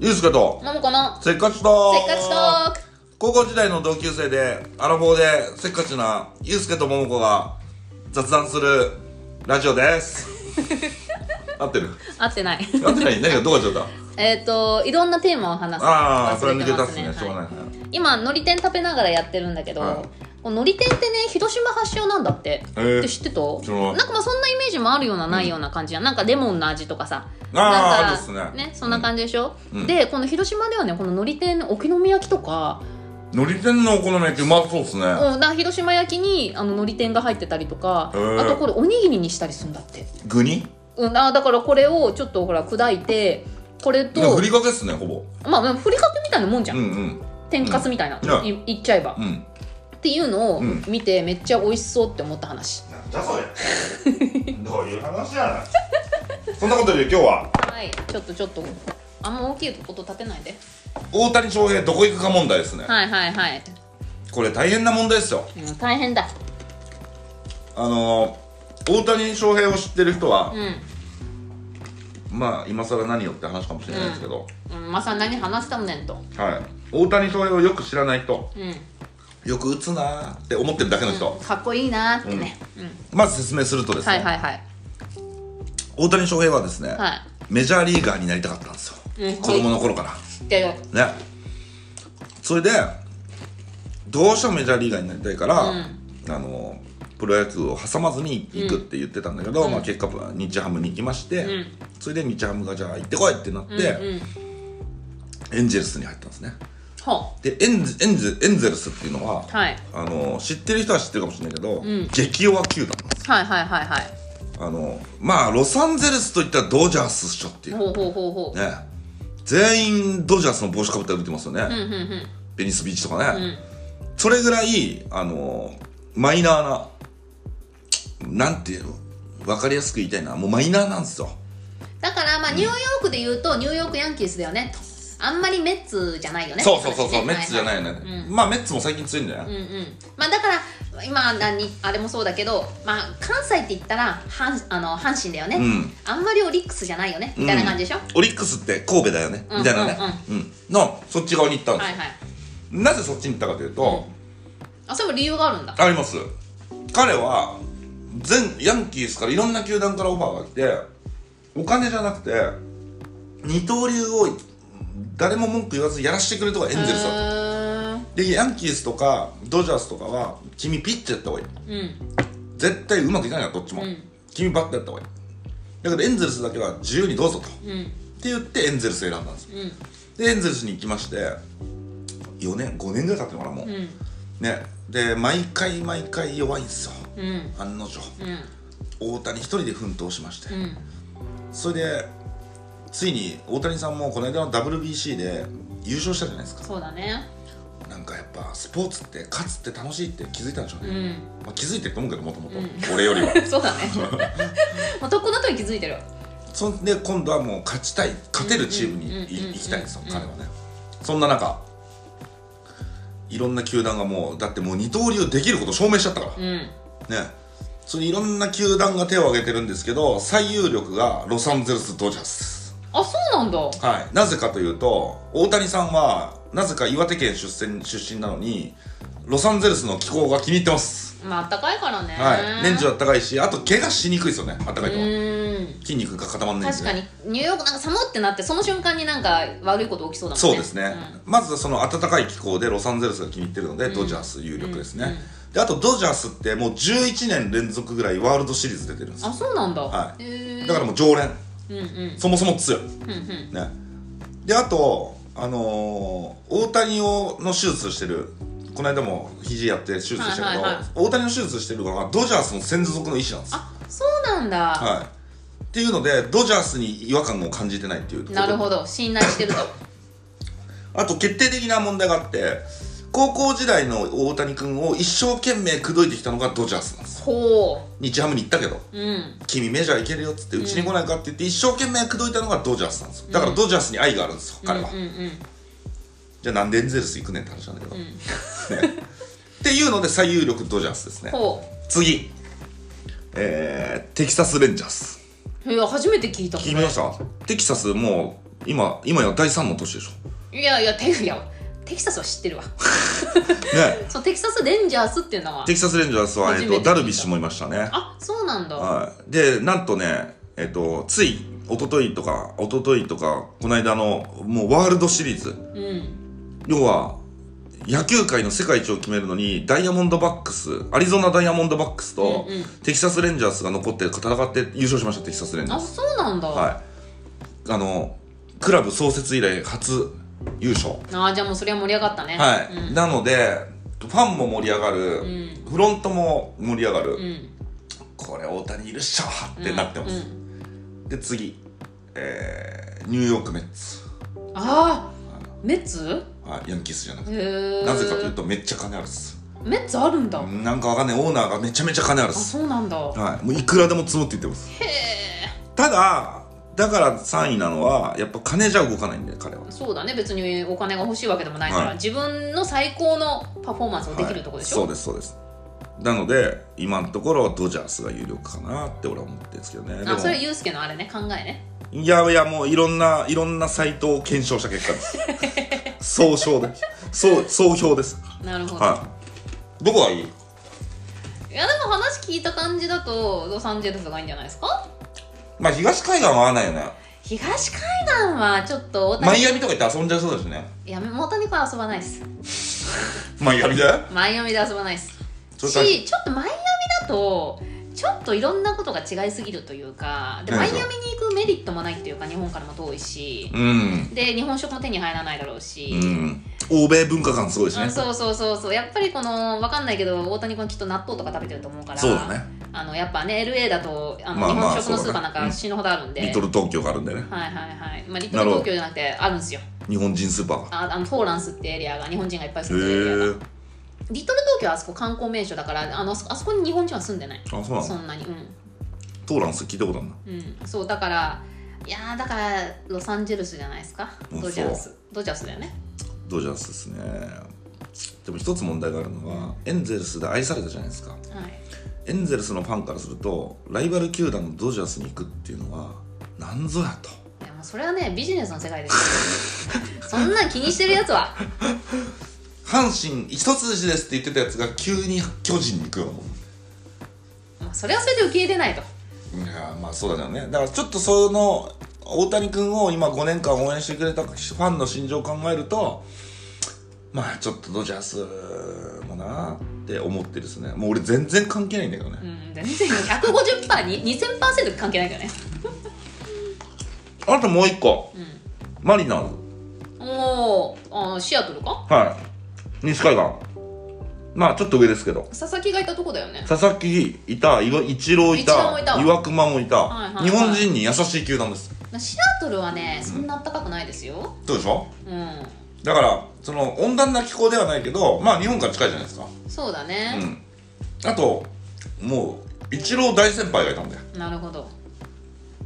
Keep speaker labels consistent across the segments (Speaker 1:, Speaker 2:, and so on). Speaker 1: ゆうすけと
Speaker 2: ももこの
Speaker 1: せっかちと
Speaker 2: せっかちトーク
Speaker 1: 高校時代の同級生でアラフォーでせっかちなゆうすけとももこが雑談するラジオです 合ってる
Speaker 2: 合ってない
Speaker 1: 合ってない何がどうかちゃった
Speaker 2: えっといろんなテーマを話す
Speaker 1: ああーそれ
Speaker 2: 忘
Speaker 1: は抜
Speaker 2: れて
Speaker 1: け
Speaker 2: ま
Speaker 1: 出
Speaker 2: す
Speaker 1: す
Speaker 2: ね
Speaker 1: ねしょうが
Speaker 2: は
Speaker 1: ないい、はい
Speaker 2: 今のり天食べながらやってるんだけど、
Speaker 1: はい
Speaker 2: このり天ってね広島発祥なんだっ
Speaker 1: へ
Speaker 2: て、
Speaker 1: ー
Speaker 2: って知ってた
Speaker 1: 知らない
Speaker 2: なんかまあそんなイメージもあるようなないような感じや、ん、なんかレモンの味とかさ
Speaker 1: あー
Speaker 2: なんか
Speaker 1: あるっすね
Speaker 2: そんな感じでしょ、
Speaker 1: うん
Speaker 2: でこの広島ではねこののり天のお好み焼きとか,、
Speaker 1: のり天のお好み焼きうまそうっすね
Speaker 2: うん、だから広島焼きにあののり天が入ってたりとか、
Speaker 1: へー
Speaker 2: あとこれおにぎりにしたりするんだって
Speaker 1: 具に
Speaker 2: うん、あーだからこれをちょっとほら砕いてこれと
Speaker 1: ふりかけっすねほぼ
Speaker 2: まあまあふりかけみたいなもんじゃ、
Speaker 1: うんんうん
Speaker 2: 天かすみたいな、
Speaker 1: うん
Speaker 2: い言っちゃえば、
Speaker 1: う
Speaker 2: っ
Speaker 1: ん
Speaker 2: ていうのを
Speaker 1: うん
Speaker 2: 見てめっちゃ美味しそうって思った話、
Speaker 1: なんだそ れどういう話やなそんなことで今日は
Speaker 2: はいちょっとちょっとあんま大きいこと立てないで
Speaker 1: 大谷翔平どこ行くか問題ですね
Speaker 2: はいはいはい、
Speaker 1: これ大変な問題ですよ
Speaker 2: うん、大変だ
Speaker 1: あのー大谷翔平を知ってる人は
Speaker 2: う、ん、
Speaker 1: まあ今更何よって話かもしれないですけど、
Speaker 2: うん、まさ何話したんねんと
Speaker 1: はい大谷翔平をよく知らない人
Speaker 2: うん
Speaker 1: よく打つなーって思ってるだけの人、
Speaker 2: かっこいいなーってね、うん
Speaker 1: まず説明するとですね、
Speaker 2: はいはいはい
Speaker 1: 大谷翔平はですね、
Speaker 2: は
Speaker 1: メジャーリーガーになりたかったんですよ、
Speaker 2: うん
Speaker 1: 子供の頃から、
Speaker 2: いでよ
Speaker 1: ねそれでどうしてもメジャーリーガーになりたいから、あのプロ野球を挟まずに行くって言ってたんだけど、まあ、結果日ハムに行きまして、
Speaker 2: うん
Speaker 1: それで日ハムがじゃあ行ってこいってなって、
Speaker 2: うんうん
Speaker 1: エンジェルスに入ったんですね
Speaker 2: ほ
Speaker 1: でエンゼエンゼエンゼルスっていうのは、
Speaker 2: うはい
Speaker 1: あの知ってる人は知ってるかもしれないけど、
Speaker 2: ん
Speaker 1: 激弱球団なんです
Speaker 2: はいはいはいはい
Speaker 1: あのまあロサンゼルスといったらドジャースっしょっていう、ね
Speaker 2: ほうほうほうほう、
Speaker 1: 全員ドジャースの帽子かぶって歩いてますよね、
Speaker 2: うんうんうん
Speaker 1: ベニスビーチとかね、それぐらいあのマイナーななんていうの分かりやすく言いたいなもうマイナーなんですよ
Speaker 2: だからまあニューヨークで言うとニューヨークヤンキースだよねあんまりメッツじゃないよね
Speaker 1: そうそうそうそう、
Speaker 2: って話ね
Speaker 1: メッツじゃないよね、
Speaker 2: ははうん
Speaker 1: まあメッツも最近強いんだよ、
Speaker 2: うんうんまあだから今何あれもそうだけど、まあ、関西って言ったら阪あの阪神だよね、
Speaker 1: ん
Speaker 2: あんまりオリックスじゃないよねみたいな感じでしょ、
Speaker 1: オリックスって神戸だよね、
Speaker 2: うん
Speaker 1: みたいなね、うんのそっち側に行ったんです
Speaker 2: はい
Speaker 1: よ、
Speaker 2: はい
Speaker 1: なぜそっちに行ったかというと、
Speaker 2: あそれも理由があるんだ
Speaker 1: あります彼は全ヤンキースからいろんな球団からオファーが来てお金じゃなくて二刀流を誰も文句言わずやらせてくれるとかエンゼルスだったでヤンキースとかドジャースとかは君ピッチャーやった方がいい
Speaker 2: へーうん
Speaker 1: 絶対うまくいかないからどっちも、
Speaker 2: うん
Speaker 1: 君バッターやった方がいいだけどエンゼルスだけは自由にどうぞとって
Speaker 2: うん
Speaker 1: 言ってエンゼルス選んだんですよ
Speaker 2: うん
Speaker 1: でエンゼルスに行きまして4年5年ぐらい経ってるのかなもう、
Speaker 2: うん
Speaker 1: ねで毎回毎回弱いんですよ
Speaker 2: うん
Speaker 1: 案の定
Speaker 2: うん
Speaker 1: 大谷一人で奮闘しまして、
Speaker 2: うん
Speaker 1: それでついに大谷さんもこの間の WBC で優勝したじゃないですか
Speaker 2: そうだね
Speaker 1: なんかやっぱスポーツって勝つって楽しいって気づいたんでしょうね、
Speaker 2: うん
Speaker 1: まあ、気づいてると思うけどもともと
Speaker 2: うん
Speaker 1: 俺よりは
Speaker 2: そ うだねもうとっくの時気づいてる
Speaker 1: そんで今度はもう勝ちたい勝てるチームに
Speaker 2: うんうんうんうんうん
Speaker 1: い行きたいんですよ彼はねそんな中いろんな球団がもうだってもう二刀流できること証明しちゃったか
Speaker 2: うん
Speaker 1: らねそれいろんな球団が手を挙げてるんですけど最有力がロサンゼルス・ドジャース
Speaker 2: あそうなんだ
Speaker 1: はいなぜかというと大谷さんはなぜか岩手県出身出身なのにロサンゼルスの気候が気に入ってます
Speaker 2: まああったかいからね
Speaker 1: はい年中あったかいしあと怪我しにくいですよねあったかいと
Speaker 2: うん
Speaker 1: 筋肉が固まらないんで
Speaker 2: 確かにニューヨークなんか寒ってなってその瞬間になんか悪いこと起きそうだもんね
Speaker 1: そうですね、まずその暖かい気候でロサンゼルスが気に入ってるので、ドジャース有力ですね、
Speaker 2: うんうん
Speaker 1: であとドジャースってもう11年連続ぐらいワールドシリーズ出てるんです
Speaker 2: うん、あ
Speaker 1: よ
Speaker 2: そうなんだ、
Speaker 1: はい
Speaker 2: へー
Speaker 1: だからもう常連
Speaker 2: うんうんうん
Speaker 1: そもそも強い
Speaker 2: うん
Speaker 1: ねであとあのー大谷をの手術してるこの間も肘やって手術したけど、
Speaker 2: はいはいはい
Speaker 1: 大谷の手術してるのがドジャースの専属の医師なんです
Speaker 2: あそうなんだ、
Speaker 1: はいっていうのでドジャースに違和感を感じてないっていうこと
Speaker 2: なるほど信頼 してると
Speaker 1: あと決定的な問題があって高校時代の大谷君を一生懸命口説いてきたのがドジャースなんですよ
Speaker 2: ほ
Speaker 1: 日ハムに行ったけど
Speaker 2: ううん
Speaker 1: 君メジャー行けるよっつってうちに来ないかって言って一生懸命口説いたのがドジャースなんですよだからドジャースに愛があるんですよ彼は、
Speaker 2: うんうんうん
Speaker 1: じゃあなんでエンゼルス行くねんって話なんだけど、 ねっていうので最有力ドジャースですね
Speaker 2: ほ
Speaker 1: 次えー、テキサスレンジャース
Speaker 2: ういや初めて聞いた
Speaker 1: 聞きましたテキサスもう今今や第3の年でしょ
Speaker 2: いやいやテいやテキサスは知ってる わ
Speaker 1: ね
Speaker 2: そうテキサスレンジャースっていうのは
Speaker 1: テキサスレンジャーズは、え
Speaker 2: 初
Speaker 1: っ
Speaker 2: めて聞
Speaker 1: と、
Speaker 2: いた
Speaker 1: ダルビッシュもいましたね
Speaker 2: あそうなんだ
Speaker 1: はい、でなんとね、えっと、つい一昨日とか一昨日とかこの間のもうワールドシリーズ
Speaker 2: うん
Speaker 1: 要は野球界の世界一を決めるのにダイヤモンドバックスアリゾナダイヤモンドバックスと、
Speaker 2: うんうん
Speaker 1: テキサスレンジャースが残って戦って優勝しましたテキサスレンジャー
Speaker 2: あ
Speaker 1: ス
Speaker 2: そうなんだ、
Speaker 1: はいあのクラブ創設以来初優勝
Speaker 2: あーじゃあもうそれは盛り上がったね
Speaker 1: はい、
Speaker 2: うん
Speaker 1: なのでファンも盛り上がる、
Speaker 2: うん
Speaker 1: フロントも盛り上がる、
Speaker 2: うん
Speaker 1: これ大谷いるっしょってなってます、
Speaker 2: うん
Speaker 1: で次、えーニューヨーク・メッツ、
Speaker 2: あーメッツ
Speaker 1: はい、ヤンキースじゃなく
Speaker 2: へ
Speaker 1: て、
Speaker 2: え
Speaker 1: なぜかというとめっちゃ金あるっす
Speaker 2: メッツあるんだ、
Speaker 1: なんかわかんないオーナーがめちゃめちゃ金あるっ
Speaker 2: あ
Speaker 1: す、
Speaker 2: そうなんだ
Speaker 1: はい、もういくらでも積むって言ってます
Speaker 2: へえ
Speaker 1: ただだから3位なのはやっぱ金じゃ動かないんで彼は
Speaker 2: そうだね別にお金が欲しいわけでもないから、
Speaker 1: はい
Speaker 2: 自分の最高のパフォーマンスをできるところでしょ、
Speaker 1: はい、そうですそうですなので今のところドジャースが有力かなって俺は思ってるんですけどねで
Speaker 2: あそれは
Speaker 1: も
Speaker 2: ユうスケのあれね考えね
Speaker 1: いやいやもういろんないろんなサイトを検証した結果です総称 で総総評です
Speaker 2: なるほど、
Speaker 1: はいどこがいい
Speaker 2: い、やでも話聞いた感じだとロサンゼルスがいいんじゃないですか
Speaker 1: まあ東海岸は合わないよね
Speaker 2: 東海岸はちょっと大
Speaker 1: マ
Speaker 2: 谷
Speaker 1: イアミとか行って遊んじゃいそうだしね
Speaker 2: いや大谷から遊ばないです
Speaker 1: マイアミで
Speaker 2: マイアミで遊ばないです
Speaker 1: それから
Speaker 2: しちょっとマイアミだとちょっといろんなことが違いすぎるというかでマ
Speaker 1: 何
Speaker 2: イア
Speaker 1: そ
Speaker 2: ミ
Speaker 1: れ
Speaker 2: に行くメリットもないっていうか日本からも遠いし
Speaker 1: うん
Speaker 2: で日本食も手に入らないだろうし、
Speaker 1: うん欧米文化感すごいです
Speaker 2: う
Speaker 1: ね
Speaker 2: んそうそうそうそうやっぱりこのわかんないけど大谷君きっと納豆とか食べてると思うから
Speaker 1: そうだね
Speaker 2: あのやっぱね LA だとあの、
Speaker 1: まあまあ
Speaker 2: 日本食のスーパーな
Speaker 1: そ
Speaker 2: ん
Speaker 1: うだ
Speaker 2: か
Speaker 1: ね
Speaker 2: 死ぬほどあるんで、
Speaker 1: リトル東京があるんだよね
Speaker 2: はいはいはい、まあ、リト
Speaker 1: な
Speaker 2: ル
Speaker 1: るほど
Speaker 2: 東京じゃなくてあるんですよ
Speaker 1: 日本人スーパーが
Speaker 2: ああのトーランスってエリアが日本人がいっぱい住んでるエリア
Speaker 1: へ
Speaker 2: がリトル東京はあそこ観光名所だからあのあそあそこに日本人は住んでない
Speaker 1: えあそうな
Speaker 2: そ
Speaker 1: の
Speaker 2: んなにう
Speaker 1: トーランス聞いたことあるなん
Speaker 2: うんそうだからいやーだからロサンゼルスじゃないですか
Speaker 1: うん
Speaker 2: ドジャースドジャースだよね
Speaker 1: ドジャースですねでも一つ問題があるのはエンゼルスで愛されたじゃないですか
Speaker 2: はい
Speaker 1: エンゼルスのファンからするとライバル球団のドジャースに行くっていうのはなんぞやと
Speaker 2: いやもうそれはねビジネスの世界で すよそんなん気にしてるやつは
Speaker 1: 阪神一筋ですって言ってたやつが急に巨人に行くようなもん
Speaker 2: まあそれはそれで受け入れないと
Speaker 1: いやーまあそうだよねだからちょっとその大谷君を今5年間応援してくれたファンの心情を考えるとまあちょっとドジャースもなーって思ってるですねもう俺全然関係ないんだけどね、
Speaker 2: うん全然150%に2000%関係ないけどね
Speaker 1: あともう一個、マリナーズ
Speaker 2: おーあのシアトルか
Speaker 1: はい西海岸まあちょっと上ですけど
Speaker 2: 佐々木がいたとこだよね
Speaker 1: 佐々木いたいわイチローい
Speaker 2: イチロー
Speaker 1: た
Speaker 2: もいたわ
Speaker 1: 岩隈もいた、
Speaker 2: はいはいはい
Speaker 1: 日本人に優しい球団です
Speaker 2: シアトルはねそんな暖かくないですよ
Speaker 1: どうでしょ
Speaker 2: うん、
Speaker 1: うだからその温暖な気候ではないけどまあ日本から近いじゃないですか
Speaker 2: そうだ
Speaker 1: う
Speaker 2: ね、
Speaker 1: んあともう一郎大先輩がいたんだよ
Speaker 2: なるほど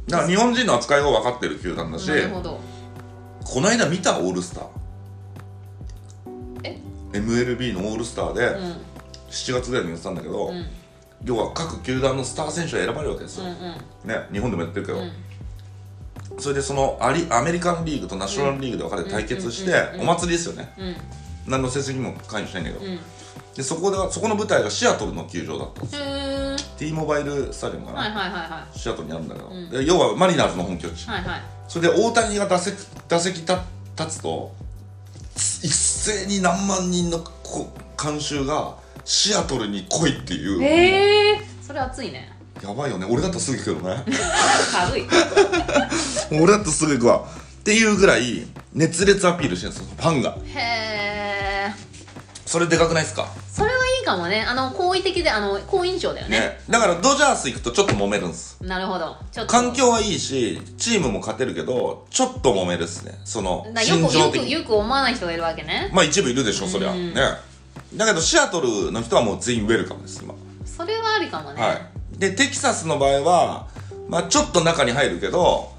Speaker 1: だから日本人の扱いを分かってる球団だし
Speaker 2: なるほど
Speaker 1: この間見たオールスター
Speaker 2: え
Speaker 1: MLB のオールスターで
Speaker 2: うん
Speaker 1: 7月ぐらいにやってたんだけど、
Speaker 2: うん
Speaker 1: 要は各球団のスター選手が選ばれるわけです
Speaker 2: う
Speaker 1: よ、
Speaker 2: んうん
Speaker 1: ね日本でもやってるけど、
Speaker 2: うん
Speaker 1: それでそのアリアメリカンリーグとナショナルリーグで分かれて対決して、
Speaker 2: うんうんうんうん
Speaker 1: お祭りですよね
Speaker 2: うん
Speaker 1: 何の成績にも関与しないんだけど、
Speaker 2: うん
Speaker 1: でそこではそこの舞台がシアトルの球場だったんですよ、
Speaker 2: へー
Speaker 1: T モバイルスタジアムかな、
Speaker 2: はいはいはいは
Speaker 1: シアトルにあるんだけど、
Speaker 2: うん
Speaker 1: で要はマリナーズの本拠地、
Speaker 2: いはいはい
Speaker 1: それで大谷が打席打席立立つと一斉に何万人のこ観衆がシアトルに来いっていう、
Speaker 2: へえそれ熱いね
Speaker 1: やばいよね俺だったらすぐ行くけどね
Speaker 2: 軽い
Speaker 1: 俺だったらすぐ行くわっていうぐらい熱烈アピールしてるんですよファンが
Speaker 2: へえ
Speaker 1: それでかくないですか
Speaker 2: それはいいかもねあの好意的であの好印象だよね
Speaker 1: ねだからドジャース行くとちょっと揉めるんです
Speaker 2: なるほどちょっと
Speaker 1: 環境はいいしチームも勝てるけどちょっと揉めるっすねその
Speaker 2: だよ
Speaker 1: 心
Speaker 2: くよ
Speaker 1: 情
Speaker 2: く
Speaker 1: 的に
Speaker 2: よく思わない人がいるわけね
Speaker 1: まあ一部いるでしょそりゃ、
Speaker 2: うん
Speaker 1: ねだけどシアトルの人はもう全員ウェルカムです今
Speaker 2: それはありかもね、
Speaker 1: はい、でテキサスの場合は、まあ、ちょっと中に入るけど、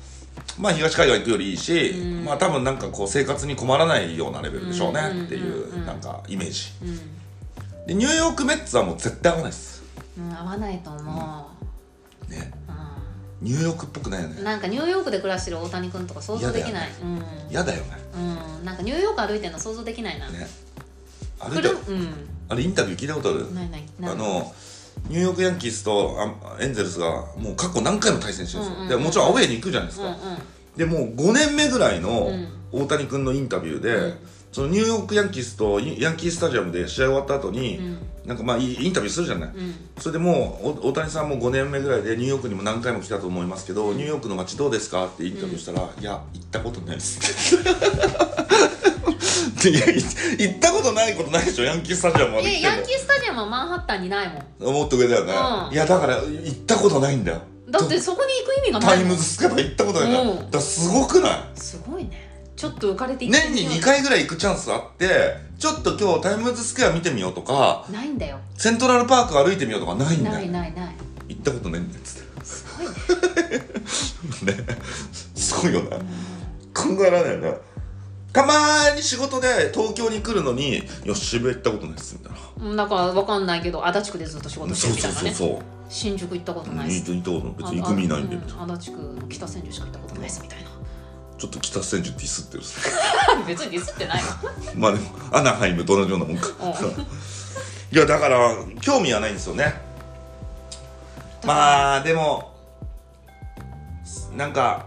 Speaker 1: まあ、東海岸行くよりいいし、まあ、多分なんかこう生活に困らないようなレベルでしょうねっていうなんかイメージでニューヨーク・メッツはもう絶対合わないです
Speaker 2: うん、合わないと思う、
Speaker 1: ね
Speaker 2: うん
Speaker 1: ニューヨークっぽくないよね
Speaker 2: なんかニューヨークで暮らしてる大谷君とか想像できないうん
Speaker 1: 嫌だよね
Speaker 2: うん、なんかニューヨーク歩いてるの想像できないな。
Speaker 1: ねあれ
Speaker 2: く
Speaker 1: だ
Speaker 2: るうん。
Speaker 1: あれインタビュー聞いたことある
Speaker 2: ないない。ない
Speaker 1: あ、のニューヨークヤンキースとあエンゼルスがもう過去何回も対戦してるんですよ、
Speaker 2: うんうん
Speaker 1: でもちろんアウェーに行くじゃないです
Speaker 2: うん
Speaker 1: か、
Speaker 2: うん。
Speaker 1: でもう5年目ぐらいの
Speaker 2: うん
Speaker 1: 大谷君のインタビューで、
Speaker 2: うん
Speaker 1: そのニューヨークヤンキースとインヤンキースタジアムで試合終わった後に、
Speaker 2: うん
Speaker 1: なんかまあいインタビューするじゃない、
Speaker 2: うん。
Speaker 1: それでもうお大谷さんも5年目ぐらいでニューヨークにも何回も来たと思いますけど、ニューヨークの街どうですかってインタビューしたら、いや行ったことないです いやい行ったことないことないでしょヤンキースタジアムまで
Speaker 2: え、
Speaker 1: 来ても
Speaker 2: ヤンキースタジアムはマンハッタンにないもん。
Speaker 1: 思ってくれたよね、
Speaker 2: うん
Speaker 1: いやだから行ったことないんだよ
Speaker 2: だってそこに行く意味がな
Speaker 1: タ
Speaker 2: い
Speaker 1: イ
Speaker 2: も
Speaker 1: ム
Speaker 2: ん
Speaker 1: ズ。スクエアとか行ったことないから,、
Speaker 2: うん
Speaker 1: だからすごくない
Speaker 2: すごいね。ちょっと浮かれて行って
Speaker 1: 年
Speaker 2: みよ
Speaker 1: に
Speaker 2: う
Speaker 1: 2。回ぐらい行くチャンスあってちょっと今日タイムズスクエア見てみようとか
Speaker 2: ないんだよ。
Speaker 1: セントラルパーク歩いてみようとかないんだよ
Speaker 2: ないないない。
Speaker 1: 行ったことないんだよつって
Speaker 2: すごいね。
Speaker 1: ねすごいよね考えられないよねたまーに仕事で東京に来るのに「いや渋谷行ったことないっす」みたいな
Speaker 2: うんだからわかんないけど、足立区でずっと仕
Speaker 1: 「
Speaker 2: 事
Speaker 1: そう
Speaker 2: してるみた
Speaker 1: そ
Speaker 2: いうな
Speaker 1: そう
Speaker 2: ね。
Speaker 1: そう
Speaker 2: 新宿行ったこと
Speaker 1: うん
Speaker 2: ない
Speaker 1: 行っ
Speaker 2: し。
Speaker 1: たこと別に行く身ないんで」みたいな
Speaker 2: あうん足立区の北千住しか行ったことないですみたいな。
Speaker 1: ちょっと北千住ディスってるっすね
Speaker 2: 別にディスってないわ。
Speaker 1: まあでもアナハイムと同じようなもんかいやだから興味はないんですよねまあでもなんか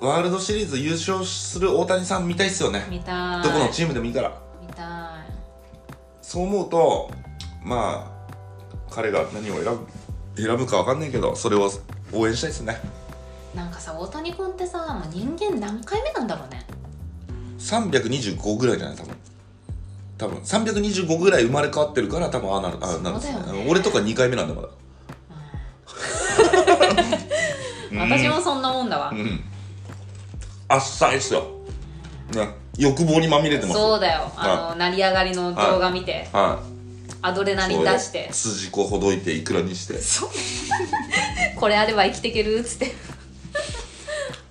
Speaker 1: ワールドシリーズ優勝する大谷さん見たいっすよね
Speaker 2: 見たい。
Speaker 1: どこのチームでもいいから
Speaker 2: 見た
Speaker 1: そう思うとまあ彼が何を選ぶ選ぶかわかんないけどそれを応援したいっすね
Speaker 2: い。なんかさ、大谷君ってさ、もう人間何回目なんだろうね。
Speaker 1: 325ぐらいじゃない多分多分325ぐらい生まれ変わってるから多分ああなるああなるっすね
Speaker 2: そうだよね
Speaker 1: うん俺とか2回目なんだまだ
Speaker 2: 私もそんなもんだわ、
Speaker 1: あっさいっすよ、ね、欲望にまみれてます
Speaker 2: そうだよあの、
Speaker 1: は
Speaker 2: 成り上がりの動画見て、
Speaker 1: は
Speaker 2: アドレナ
Speaker 1: い
Speaker 2: リン出して
Speaker 1: 筋子ほどいていくらにして
Speaker 2: これあれば生きていけるっつって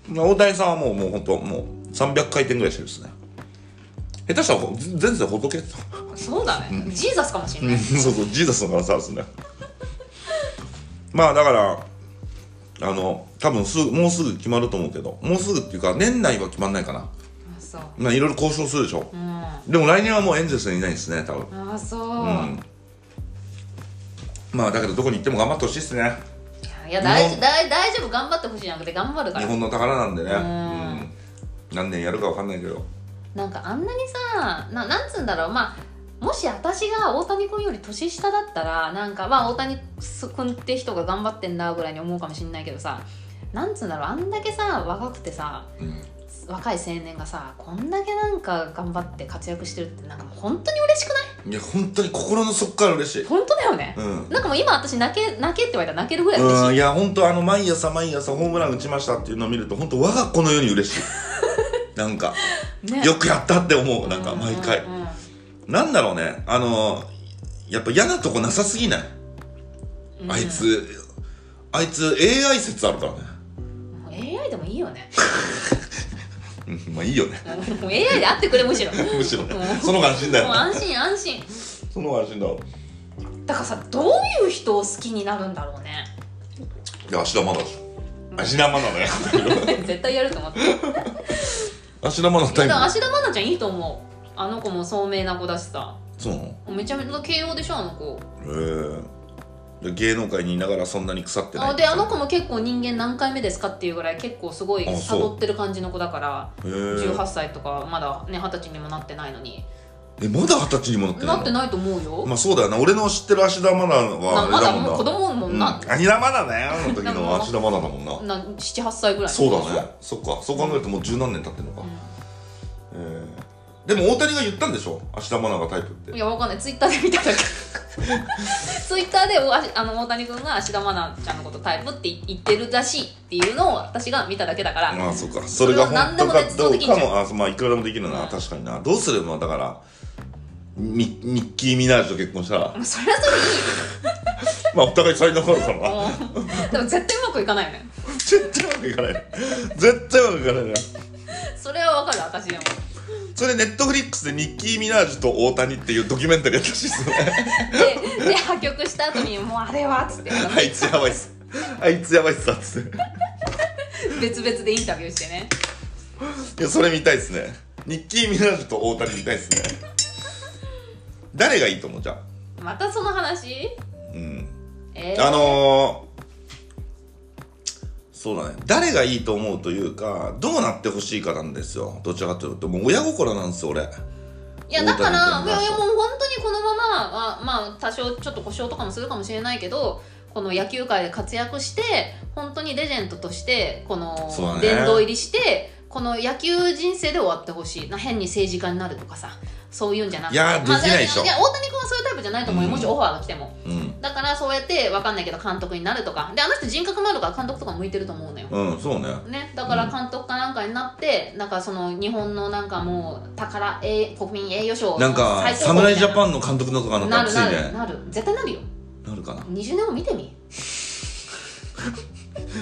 Speaker 1: まあ大谷さんはもうもう本当もう300回転ぐらいしてるですね下手したらほ全然仏ですよ
Speaker 2: そうだね、ジーザスかもしれな い、
Speaker 1: そうそうジーザスの話ですねまあだからあの多分すぐもうすぐ決まると思うけどもうすぐっていうか年内は決まんないかな
Speaker 2: あそう
Speaker 1: まあいろいろ交渉するでしょ
Speaker 2: うんあ
Speaker 1: でも来年はもうエンゼルスにいないですね多分
Speaker 2: そう、
Speaker 1: うんまあだけどどこに行っても頑張ってほしいですね
Speaker 2: いや大
Speaker 1: 日本
Speaker 2: 丈大大丈夫頑張ってほしいじゃなくて頑張るか
Speaker 1: 日
Speaker 2: ら
Speaker 1: 本の宝なんでね
Speaker 2: うん
Speaker 1: うん何年やるかわかんないけど
Speaker 2: なんかあんなにさななんつうんだろうまあもし私が大谷君より年下だったらなんかまあ大谷君って人が頑張ってんだぐらいに思うかもしれないけどさなんつうんだろうあんだけさ若くてさ
Speaker 1: うん
Speaker 2: 若い青年がさこんだけなんか頑張って活躍してるってなんかもう本当に嬉しくない
Speaker 1: いや本当に心の底から嬉しい
Speaker 2: 本当だよね、
Speaker 1: うん
Speaker 2: なんかもう今私泣け泣けって言われたら泣けるぐらい嬉しい、
Speaker 1: うんいや本当あの毎朝毎朝ホームラン打ちましたっていうのを見ると本当我が子のように嬉 しいなんか
Speaker 2: ね
Speaker 1: よくやったって思うなんか毎回
Speaker 2: うんうんうん
Speaker 1: なんだろうねあのやっぱ嫌なとこなさすぎない
Speaker 2: うん
Speaker 1: あいつあいつ AI 説あるからね
Speaker 2: もう AI でもいいよね
Speaker 1: うんまあいいよね
Speaker 2: もう AI で会ってくれむしろも
Speaker 1: むしろね
Speaker 2: うん
Speaker 1: その方が安心だよ
Speaker 2: う安心安心
Speaker 1: その方が安心だわ
Speaker 2: だからさどういう人を好きになるんだろうね
Speaker 1: いや芦田愛菜でしょ芦田愛菜だよ
Speaker 2: 絶対やる と思ってで
Speaker 1: 芦田愛菜タイ
Speaker 2: も
Speaker 1: ム
Speaker 2: 芦田愛菜ちゃんいいと思うあの子も聡明な子だしさ
Speaker 1: そうなの
Speaker 2: めちゃめちゃ慶応でしょあの子
Speaker 1: へえで芸能界にいながらそんなに腐ってない
Speaker 2: あであの子も結構人間何回目ですかっていうぐらい結構すごい
Speaker 1: あそう
Speaker 2: 悟ってる感じの子だから
Speaker 1: へー
Speaker 2: 18歳とかまだね二十歳にもなってないのに
Speaker 1: えまだ二十歳にもなってない
Speaker 2: な
Speaker 1: の
Speaker 2: ってないと思うよ、
Speaker 1: まあそうだよな俺の知ってる芦田愛菜
Speaker 2: な
Speaker 1: は
Speaker 2: ま
Speaker 1: あれだ
Speaker 2: だ
Speaker 1: もんな
Speaker 2: もう子供も
Speaker 1: うん
Speaker 2: な
Speaker 1: 芦、田愛菜だよあの時
Speaker 2: でも
Speaker 1: の芦田愛菜だもんな
Speaker 2: な78歳ぐらい
Speaker 1: そうだねそっかそう考えるともう十何年経ってるのか、えーでも大谷が言ったんでしょ芦田愛菜がタイプって
Speaker 2: いやわかんないツイッターで見ただけ ツイッターでおあしあの大谷君が芦田愛菜ちゃんのことタイプって言ってるらしいっていうのを私が見ただけだから、
Speaker 1: ああそっかそれが本当かど
Speaker 2: それを何でもねそうで
Speaker 1: う
Speaker 2: きんじ
Speaker 1: か
Speaker 2: ゃん
Speaker 1: もあまあいくらでもできるな、
Speaker 2: うん
Speaker 1: 確かになどうすればだからミミッキー・ミナージュと結婚したら
Speaker 2: それはそれ
Speaker 1: まあお互い才能があるからな
Speaker 2: でいいよもうでも 絶対うまくいかないよね
Speaker 1: 絶対うまくいかないね絶対うまくいかないね
Speaker 2: それはわかる私でも
Speaker 1: それネットフリックスでミッキー・ミナージュと大谷っていうドキュメンタリーやったらしいっすよね
Speaker 2: でで破局した後にもうあれはっつって
Speaker 1: あいつやばいっすあいつやばいっすわっつって
Speaker 2: 別々でインタビューしてね
Speaker 1: いやそれ見たいですねニッキー・ミナージュと大谷見たいですね誰がいいと思うじゃあ
Speaker 2: またその話
Speaker 1: うん
Speaker 2: えー、
Speaker 1: あのーそうだね誰がいいと思うというかどうなってほしいかなんですよどちらかというともう親心なんですよ俺
Speaker 2: いやだか
Speaker 1: 大谷君
Speaker 2: らい
Speaker 1: が
Speaker 2: やいやもう本当にこのままあまあ多少ちょっと故障とかもするかもしれないけどこの野球界で活躍して本当にレジェンドとしてこの
Speaker 1: そうだね
Speaker 2: 殿堂入りしてこの野球人生で終わってほしいな変に政治家になるとかさそういうんじゃなくて
Speaker 1: いやー
Speaker 2: まあ
Speaker 1: できないでしょ
Speaker 2: いや大谷君はそういうタイプじゃないと思うよ、
Speaker 1: うん
Speaker 2: もしオファーが来ても
Speaker 1: うん
Speaker 2: だからそうやってわかんないけど監督になるとかであの人人格もあるから監督とか向いてると思うのよ
Speaker 1: うんそうね
Speaker 2: ね、だから監督かなんかになって、なんかその日本のなんかもう宝えー国民栄誉賞
Speaker 1: なんか侍ジャパンの監督のとか
Speaker 2: ン
Speaker 1: にな
Speaker 2: な
Speaker 1: った
Speaker 2: る
Speaker 1: らつい
Speaker 2: なる
Speaker 1: ね
Speaker 2: なる絶対なるよ
Speaker 1: なるかな
Speaker 2: 20年後見てみ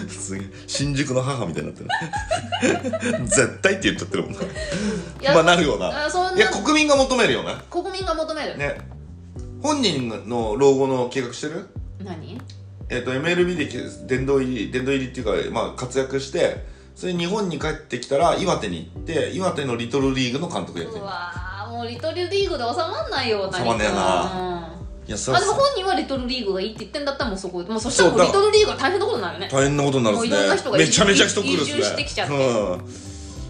Speaker 1: すげえ新宿の母みたいになってる 絶対って言っちゃってるもんない
Speaker 2: や、
Speaker 1: まあなるよな
Speaker 2: あそん
Speaker 1: いや
Speaker 2: な
Speaker 1: 国民が求めるよな
Speaker 2: 国民が求める、
Speaker 1: ね本人の老後の計画してる
Speaker 2: 何
Speaker 1: えっと MLB で殿堂入り殿堂入りっていうか、まあ、活躍してそれ日本に帰ってきたら岩手に行って岩手のリトルリーグの監督やって
Speaker 2: う
Speaker 1: る
Speaker 2: わーもうリトルリーグで収まんないよ
Speaker 1: 収まんねえな
Speaker 2: ない
Speaker 1: やそ
Speaker 2: あ
Speaker 1: れ
Speaker 2: でも
Speaker 1: は
Speaker 2: 本人はリトルリーグがいいって言ってんだったらもうそこもうそしたらもう
Speaker 1: そう
Speaker 2: リトルリーグは大変なことになるね
Speaker 1: 大変なことになるん
Speaker 2: もういろんな
Speaker 1: です
Speaker 2: 人
Speaker 1: ね
Speaker 2: が
Speaker 1: めちゃめちゃ人来るっ
Speaker 2: 移
Speaker 1: すね
Speaker 2: 住してきちゃって
Speaker 1: うん、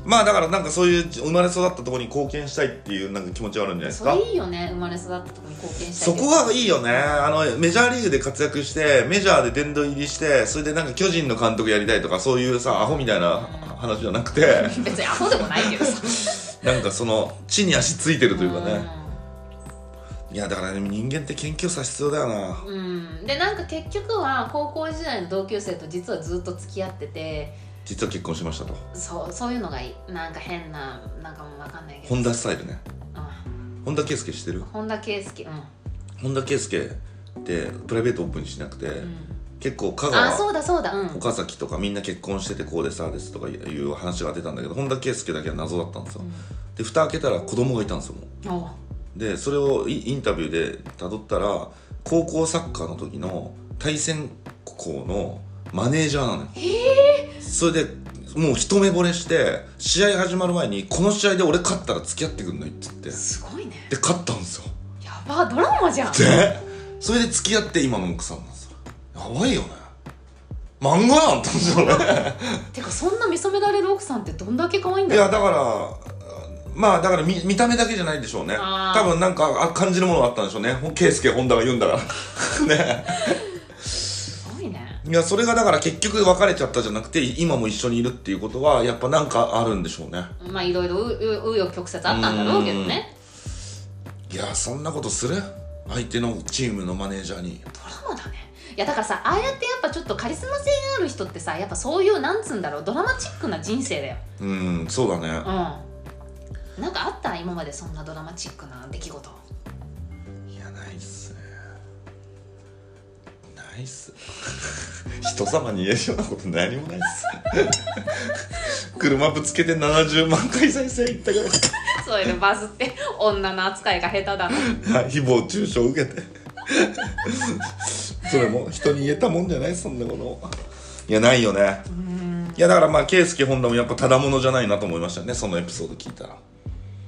Speaker 1: まあだからなんかそういう生まれ育ったところに貢献したいっていうなんか気持ちはあるんじゃないです
Speaker 2: そ
Speaker 1: か
Speaker 2: れいいよね生まれ育ったとこに貢献した
Speaker 1: そ
Speaker 2: いけど
Speaker 1: こがいいよねあのメジャーリーグで活躍してメジャーで殿堂入りしてそれでなんか巨人の監督やりたいとかそういうさアホみたいな話じゃなくて
Speaker 2: 別にアホでもないけどさ
Speaker 1: なんかその地に足ついてるというかね、
Speaker 2: ん
Speaker 1: いやだからね人間って研究さ必要だよな
Speaker 2: うん、でなんか結局は高校時代の同級生と実はずっと付き合ってて
Speaker 1: 実は結婚しましたと
Speaker 2: そうそういうのがいいなんか変ななんかもう分かんないけど、
Speaker 1: 本田スタイルね
Speaker 2: う
Speaker 1: 本田圭佑知ってる
Speaker 2: ん、本田圭佑うん、
Speaker 1: 本田圭佑ってプライベートオープンしなくて、
Speaker 2: うん、
Speaker 1: 結構香
Speaker 2: あ
Speaker 1: 川
Speaker 2: そうだそうだうん
Speaker 1: 岡崎とかみんな結婚しててこうでさあですとかいう話が出たんだけど本田圭佑だけは謎だったんですよ、で蓋開けたら子供がいたんですよもう
Speaker 2: おう
Speaker 1: でそれをイインタビューで辿ったら高校サッカーの時の対戦校のマネージャーなのよそれでもう一目惚れして試合始まる前に「この試合で俺勝ったら付き合ってくんない?」って言ってです
Speaker 2: ごいね
Speaker 1: 勝ったんですよ
Speaker 2: やばドラマじゃん
Speaker 1: でそれで付き合って今の奥さんなんですよやばいよね漫画なんて思うんですよね
Speaker 2: てかそんな見初められる奥さんってどんだけ可愛いん
Speaker 1: い
Speaker 2: だ
Speaker 1: や
Speaker 2: よ
Speaker 1: だからまあだから見見た目だけじゃないでしょうね
Speaker 2: あー
Speaker 1: 多分なんかあ感じるものがあったんでしょうねほん圭佑本田が言うんだから ね
Speaker 2: すごいね
Speaker 1: いやそれがだから結局別れちゃったじゃなくて今も一緒にいるっていうことはやっぱなんかあるんでしょうね
Speaker 2: まあいろいろうう紆余曲折あったんだろうけどね
Speaker 1: いやそんなことする相手のチームのマネージャーに
Speaker 2: ドラマだねいやだからさああやってやっぱちょっとカリスマ性がある人ってさやっぱそういうなんつうんだろうドラマチックな人生だよ
Speaker 1: うんそうだね
Speaker 2: うんなんかあった今までそんなドラマチックな出来事
Speaker 1: いやないっすねないっす 人様に言えるようなこと何もないっす 車ぶつけて70万回再生いったか
Speaker 2: それでバズって女の扱いが下手だな
Speaker 1: ら はい誹謗中傷受けて それも人に言えたもんじゃないそんなこといやないよね
Speaker 2: うん
Speaker 1: いやだからまあ圭佑本田もやっぱただものじゃないなと思いましたねそのエピソード聞いたら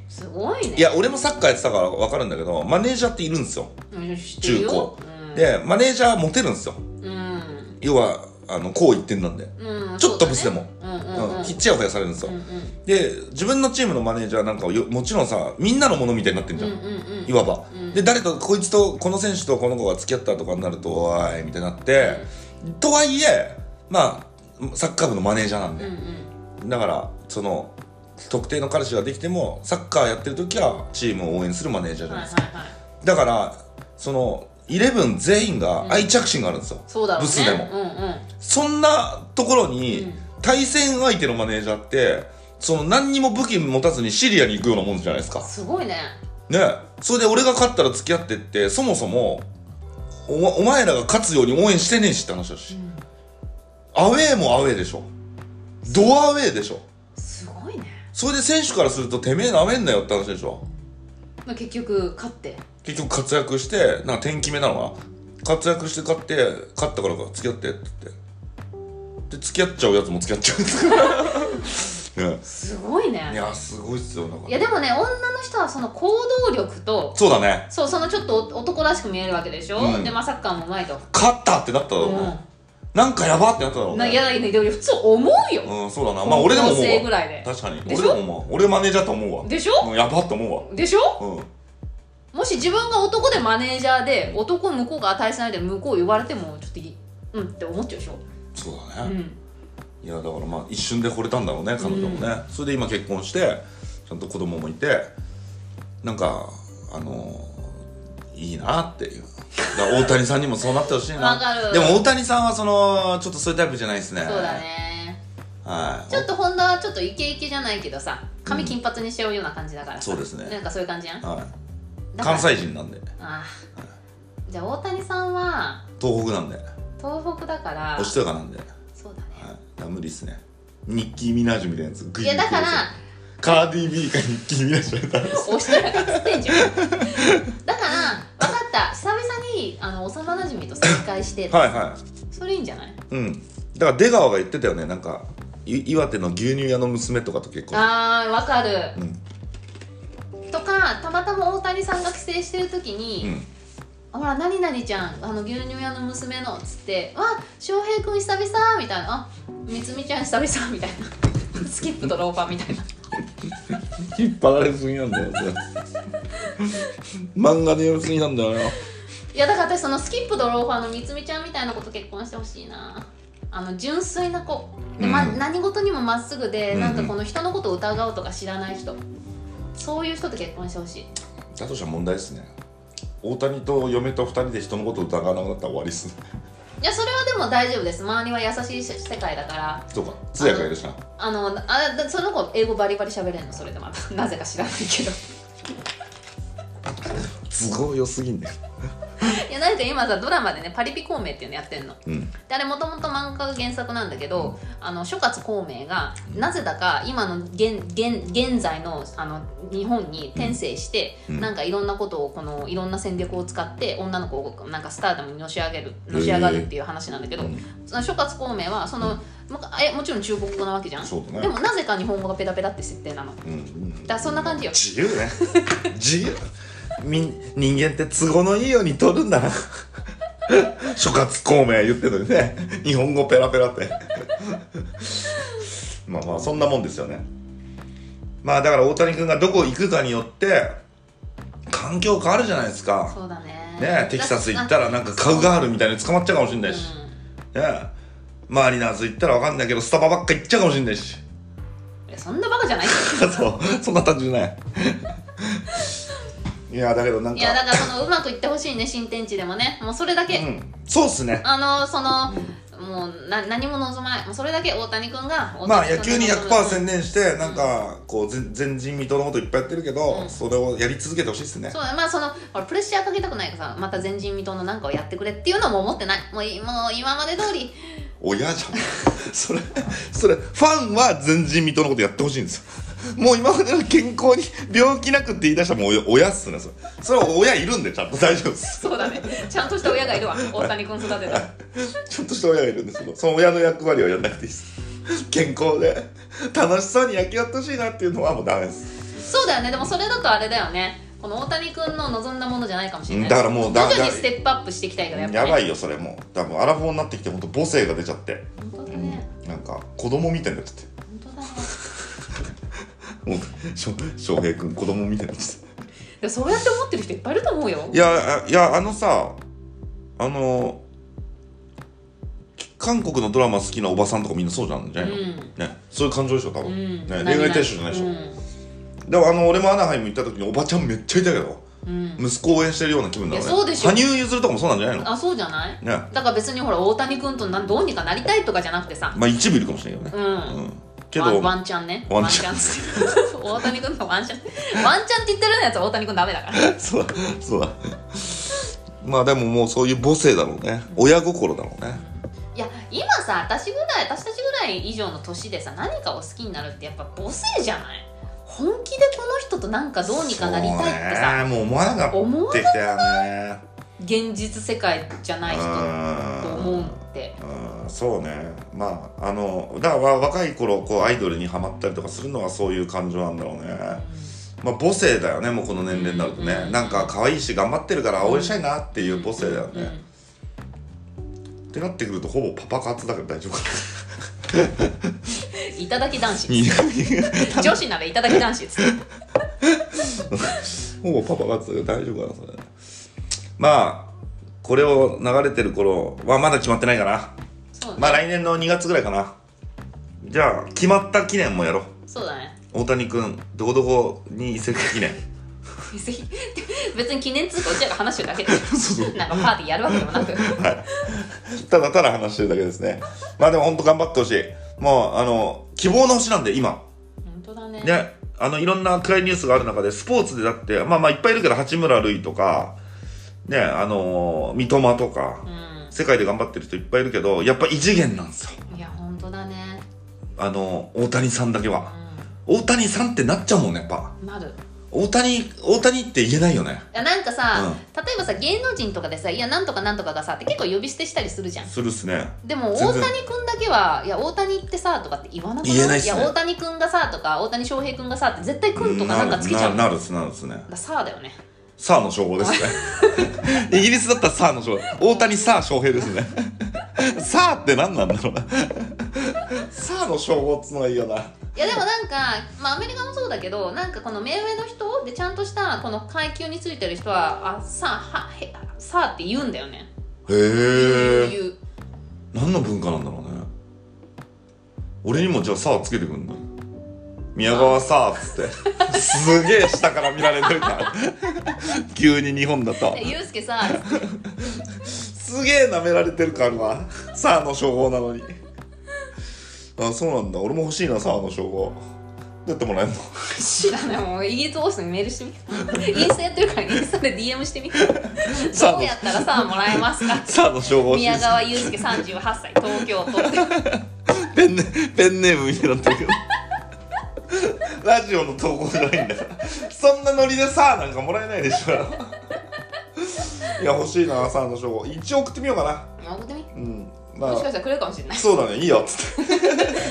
Speaker 2: すごいね
Speaker 1: いや俺もサッカーやってたから分かるんだけどマネージャーっているんですよ
Speaker 2: うん知ってる
Speaker 1: 中
Speaker 2: よ
Speaker 1: 高、でマネージャーモテるんですよ
Speaker 2: うん
Speaker 1: 要はあのこう言ってんなんで、
Speaker 2: うん、うん、
Speaker 1: ちょっとブスで
Speaker 2: そう
Speaker 1: も、
Speaker 2: だねうんうんうん
Speaker 1: うん、ちやほやされるんですよ、
Speaker 2: うん
Speaker 1: で自分のチームのマネージャーなんかをよもちろんさみんなのものみたいになってんじゃん、
Speaker 2: うんうんうん
Speaker 1: いわば、
Speaker 2: うん
Speaker 1: で誰とこいつとこの選手とこの子が付き合ったとかになるとおーいみたいになって、とはいえまあサッカー部のマネージャーなんで、
Speaker 2: うんうん
Speaker 1: だからその特定の彼氏ができてもサッカーやってる時はチームを応援するマネージャー
Speaker 2: うん
Speaker 1: じゃない
Speaker 2: はいは
Speaker 1: で
Speaker 2: い
Speaker 1: すか、
Speaker 2: はい
Speaker 1: だからそのイレブン全員が愛着心があるんですよ、
Speaker 2: そうだろうね
Speaker 1: ブスでも
Speaker 2: うんうん
Speaker 1: そんなところに、
Speaker 2: うん
Speaker 1: 対戦相手のマネージャーってその何にも武器持たずにシリアに行くようなもんじゃないですか
Speaker 2: すごいね
Speaker 1: ねそれで俺が勝ったら付き合ってってそもそもおまお前らが勝つように応援してねえしって話だし、
Speaker 2: ん
Speaker 1: アウェーもアウェーでしょドアウェーでしょ
Speaker 2: すごいね
Speaker 1: それで選手からするとてめえなめんなよって話でしょ
Speaker 2: まあ結局勝って
Speaker 1: 結局活躍してなんか天気目なのかな活躍して勝って勝ったからか付き合ってって言ってで付き合っちゃうやつも付き合っちゃうんですからね
Speaker 2: すごいね
Speaker 1: いやすごいっすよだから
Speaker 2: いやでもね女の人はその行動力と
Speaker 1: そうだね
Speaker 2: そうそのちょっとお男らしく見えるわけでしょ、
Speaker 1: うん
Speaker 2: でまあサッカーもうまいと、
Speaker 1: 勝ったってなっただろうね、なんかやばってなっただろ
Speaker 2: う、
Speaker 1: うん
Speaker 2: な
Speaker 1: ね
Speaker 2: いやいやでも普通思うよ、
Speaker 1: うんそうだなまあ俺でも思
Speaker 2: 高校生ぐ
Speaker 1: うわ
Speaker 2: らいで
Speaker 1: 確かに
Speaker 2: で
Speaker 1: 俺
Speaker 2: し
Speaker 1: で
Speaker 2: ょ
Speaker 1: も思うわ俺マネージャーと思うわ
Speaker 2: でしょ
Speaker 1: うんやばって思うわ
Speaker 2: でしょ
Speaker 1: うん
Speaker 2: もし自分が男でマネージャーで男向こうが対戦相手で向こう言われてもちょっといいうんって思っちゃうでしょ、
Speaker 1: そう
Speaker 2: う
Speaker 1: だね、
Speaker 2: ん、
Speaker 1: いやだからまあ一瞬で惚れたんだろうね彼女もね、それで今結婚してちゃんと子供もいてなんかあのいいなっていうだから大谷さんにもそうなってほしいな
Speaker 2: わかる
Speaker 1: でも大谷さんはそのちょっとそういうタイプじゃないですね
Speaker 2: そうだね
Speaker 1: はい
Speaker 2: ちょっと本田はちょっとイケイケじゃないけどさ髪金髪にしちゃうような感じだからさ
Speaker 1: そうですね
Speaker 2: なんかそういう感じやん
Speaker 1: は
Speaker 2: だ
Speaker 1: い、
Speaker 2: から
Speaker 1: 関西人なんで
Speaker 2: ああじゃあ大谷さんは
Speaker 1: 東北なんで
Speaker 2: 東北だから
Speaker 1: おしとやかなんで、はい、
Speaker 2: そうだね
Speaker 1: だから無理っすねニッキー・ミナージュみたいなやつグ
Speaker 2: い
Speaker 1: イグイ
Speaker 2: やだから
Speaker 1: カーディー・ビーかニッキー・ミナージュみたいなやつ
Speaker 2: おしとやかっつってんじゃんだから分かった久々にあの幼なじみと再会して
Speaker 1: はいはい
Speaker 2: それいいんじゃない
Speaker 1: うんだから出川が言ってたよねなんかい岩手の牛乳屋の娘とかと結婚
Speaker 2: あーわかる
Speaker 1: うん
Speaker 2: とかたまたま大谷さんが帰省してる時
Speaker 1: う
Speaker 2: に
Speaker 1: ん
Speaker 2: 「ほら何々ちゃんあの牛乳屋の娘の」っつって「わ翔平くん久々」みたいなあ「みつみちゃん久々」みたいな スキップとローファーみたいな
Speaker 1: 引っ張られすぎなんだよそれ 漫画でやりすぎなんだよない
Speaker 2: やだから私そのスキップとローファーのみつみちゃんみたいな子と結婚してほしいなあの純粋な子で、ま
Speaker 1: うん
Speaker 2: 何事にもまっすぐ
Speaker 1: う
Speaker 2: で、
Speaker 1: んうん
Speaker 2: なんかこの人のことを疑うとか知らない人そういう人と結婚してほしい
Speaker 1: だとしたら問題ですね大谷と嫁と二人で人のことを疑わなくなったら終わりっすね
Speaker 2: いやそれはでも大丈夫です周りは優しい世界だから
Speaker 1: そうか通訳がいるしな
Speaker 2: あのあだその子英語バリバリ喋れんのそれでまた なぜか知らないけど
Speaker 1: 都合良すぎんだよ
Speaker 2: いやなんか今さドラマでね「パリピ孔明」っていうのやってんの
Speaker 1: うん
Speaker 2: であれもともと漫画が原作なんだけど、あの諸葛孔明がなぜだか今の現現現在のあの日本に転生して、
Speaker 1: うん
Speaker 2: なんかいろんなことをこのいろんな戦略を使って女の子をなんかスターダムにのし上げるのし上がるっていう話なんだけど、
Speaker 1: うん
Speaker 2: その諸葛孔明はその、むかえもちろん中国語なわけじゃん、
Speaker 1: そうだね
Speaker 2: でもなぜか日本語がペタペタって設定なのだか
Speaker 1: うんうん
Speaker 2: らそんな感じよ
Speaker 1: 自由ね自由みん人間って都合のいいように取るんだな諸葛孔明言ってるのにね日本語ペラペラってまあまあそんなもんですよねまあだから大谷君がどこ行くかによって環境変わるじゃないですか
Speaker 2: そうだね
Speaker 1: ねテキサス行ったらなんかカウガールみたいに捕まっちゃうかもしれないし、
Speaker 2: う
Speaker 1: ねマリナーズ行ったらわかんないけどスタバばっか行っちゃうかもしれないし
Speaker 2: んいやそんなバカじゃないよ
Speaker 1: そうそんな単純じ ゃないいやだけどなん
Speaker 2: いやだからそのうまくいってほしいね新天地でもねもうそれだけ、
Speaker 1: うん、そうっすね。
Speaker 2: あのその、もうな何も望まないもうそれだけ大谷君が
Speaker 1: まあ野球に100%
Speaker 2: ン
Speaker 1: 専念して、なんかこう全前人未到のこといっぱいやってるけど、
Speaker 2: うん
Speaker 1: それをやり続けてほしいっすね
Speaker 2: そうだまあそのほらプレッシャーかけたくないからさまた前人未到のなんかをやってくれっていうのも思ってないもういもう今まで通り
Speaker 1: 親じゃん それそれファンは前人未到のことやってほしいんですよもう今までの健康に病気なくって言い出したらもうお親っすねそれそれは親いるんでちゃんと大丈夫です
Speaker 2: そうだねちゃんとした親がいるわ大谷君育てた
Speaker 1: ちゃんとした親がいるんですけどその親の役割はやんなくていいです健康で楽しそうに野球やってほしいなっていうのはもうダメです
Speaker 2: そうだよねでもそれだとあれだよねこの大谷君の望んだものじゃないかもしれない
Speaker 1: だからもう
Speaker 2: 徐
Speaker 1: だ
Speaker 2: 々にステップアップしていきたいからやっぱ
Speaker 1: や
Speaker 2: り、
Speaker 1: ばいよそれもう多分アラフォーになってきて本当母性が出ちゃって
Speaker 2: 本当だね
Speaker 1: なんか子供みたいになっちゃ
Speaker 2: 本当だね
Speaker 1: ってもうしょ翔平君子供みたいになっちゃっ
Speaker 2: でもそうやって思ってる人いっぱいいると思うよ
Speaker 1: ていやあいやあのさあの韓国のドラマ好きなおばさんとかみんなそうじゃんじゃないの、
Speaker 2: うん
Speaker 1: ね、そういう感情でしょ多
Speaker 2: う
Speaker 1: 分、
Speaker 2: ん
Speaker 1: ね、恋愛対象じゃないでしょ、
Speaker 2: う
Speaker 1: でもあの俺もアナハイム行った時におばちゃんめっちゃいたけど
Speaker 2: ん、うん
Speaker 1: 息子を応援してるような気分だよね
Speaker 2: いやそうでしょ
Speaker 1: 羽生結弦とかもそうなんじゃないの
Speaker 2: あそうじゃない
Speaker 1: ね
Speaker 2: だから別にほら大谷君となんどうにかなりたいとかじゃなくてさ
Speaker 1: まあ一部いるかもしれないけど
Speaker 2: う
Speaker 1: ね、
Speaker 2: ん、
Speaker 1: うん、け
Speaker 2: ワン
Speaker 1: ど
Speaker 2: ワンチャンね
Speaker 1: ワンチャン
Speaker 2: ワンチャン 大谷君のワンチャンワンチャンって言ってるようなやつは大谷君ダメだから
Speaker 1: そうだそうだまあでももうそういう母性だろうね親心だろうね
Speaker 2: いや今さ私ぐらい私たちぐらい以上の年でさ何かを好きになるってやっぱ母性じゃない本気でこの人となんかどうにかなりたいって
Speaker 1: そ
Speaker 2: さ、
Speaker 1: うねもう思わなかった
Speaker 2: 思わ
Speaker 1: ってきたよね
Speaker 2: 現実世界じゃない人と思うってって
Speaker 1: あーそうねまああのだから若い頃こうアイドルにはまったりとかするのはそういう感情なんだろうねまあ母性だよねもうこの年齢になるとね、
Speaker 2: うん
Speaker 1: なんか可愛いし頑張ってるから応援したいなっていう母性だよね、ってなってくるとほぼパパ活だから大丈夫か
Speaker 2: うんいただき男子
Speaker 1: な
Speaker 2: 女子ならいただき 男子っつって
Speaker 1: ほぼパパ活大丈夫かなそれまあこれを流れてる頃はまだ決まってないかな
Speaker 2: そう
Speaker 1: まあ
Speaker 2: だね
Speaker 1: 来年の2月ぐらいかなじゃあ決まった記念もやろう
Speaker 2: そうだね
Speaker 1: 大谷君どこどこに移籍記念
Speaker 2: ぜひ別に記念通過うちらが話してるだけでなんかパーティーやるわけでも なく
Speaker 1: ただただ話してるだけですねまあでも本当頑張ってほしいもうあの希望の星なんで今
Speaker 2: 本当だね
Speaker 1: ねあのいろんな暗いニュースがある中でスポーツでだってまあまあいっぱいいるけど八村塁とかねあの三笘とか
Speaker 2: うん
Speaker 1: 世界で頑張ってる人いっぱいいるけどやっぱ異次元なんですよ
Speaker 2: いや本当だね
Speaker 1: あの大谷さんだけは
Speaker 2: う
Speaker 1: 大谷さんってなっちゃうもんねやっぱ
Speaker 2: んなる
Speaker 1: 大谷大谷って言えないよね
Speaker 2: いやなんかさ、
Speaker 1: う
Speaker 2: 例えばさ芸能人とかでさ「いやなんとかなんとかがさ」って結構呼び捨てしたりするじゃん
Speaker 1: するっすね
Speaker 2: でも
Speaker 1: 全
Speaker 2: 大
Speaker 1: 然
Speaker 2: 谷君だけは「いや大谷ってさ」とかって言わなく
Speaker 1: 言えないっ
Speaker 2: い
Speaker 1: すね
Speaker 2: や大谷君がさ」とか「大谷翔平君がさ」って絶対「君」とかなんかつけちゃう
Speaker 1: なるなるっすなるっすね
Speaker 2: ださあだよね
Speaker 1: サーの称号です ねイギリスだったらサーの称号大谷サー翔平ですねサーって何なんだろうなサーの称号っつのがいいよない
Speaker 2: やでもなんか、まあ、アメリカもそうだけどなんかこの目上の人でちゃんとしたこの階級についてる人は「あさあはへさあ」って言うんだよね
Speaker 1: へえ
Speaker 2: 言う
Speaker 1: 何の文化なんだろうね俺にもじゃあサーつけてくんの宮川サーっつってすげえ下から見られてるから急に日本だと
Speaker 2: でユうスケさあ
Speaker 1: すげえ舐められてる感はサーの称号なのにあそうなんだ俺も欲しいなサーの称号どうやってもらえるの
Speaker 2: 知らないもうイギリス王室にメールしてみ インスタやってるからインスタで DM してみ
Speaker 1: さあ
Speaker 2: どうやったらさあもらえますか
Speaker 1: サーの称号欲しいで
Speaker 2: 宮
Speaker 1: す
Speaker 2: 川祐介38歳東 京都
Speaker 1: ペンネペンネームみたいになってるけどラジオの投稿じゃないんだからそんなノリでサーなんかもらえないでしょいや欲しいなサーの称号一応送ってみようかな
Speaker 2: 送ってみ
Speaker 1: うんま
Speaker 2: もしかし
Speaker 1: あ
Speaker 2: たらくれるかもしれない
Speaker 1: そうだねいいよっつっ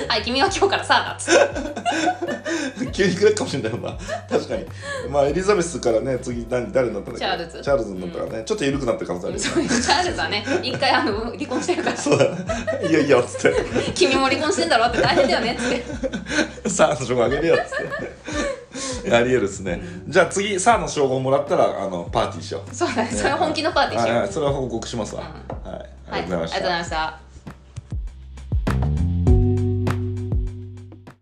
Speaker 2: はい君は今日からさあだ っつって
Speaker 1: て急にくれるかもしれないよな確かにまあエリザベスからね次何誰になったんだっけ
Speaker 2: チャールズ
Speaker 1: チャールズになったからね、ちょっと緩くなってる可能性あるよね
Speaker 2: そういうチャールズはね一回あの離婚してるから
Speaker 1: そうだねいいよいいよっつって
Speaker 2: 君も離婚してんだろって大変だよねっつって
Speaker 1: サーの称号あげるよっつってありえるっすね、じゃあ次サーの称号もらったらあのパーティーしよう
Speaker 2: そうだねそれは本気のパーティーしよう
Speaker 1: はいはいそれは報告しますわ、はいあ
Speaker 2: はい
Speaker 1: り
Speaker 2: あ
Speaker 1: が
Speaker 2: り
Speaker 1: とうございま
Speaker 2: がとう
Speaker 1: し
Speaker 2: ご
Speaker 1: た
Speaker 2: ざいました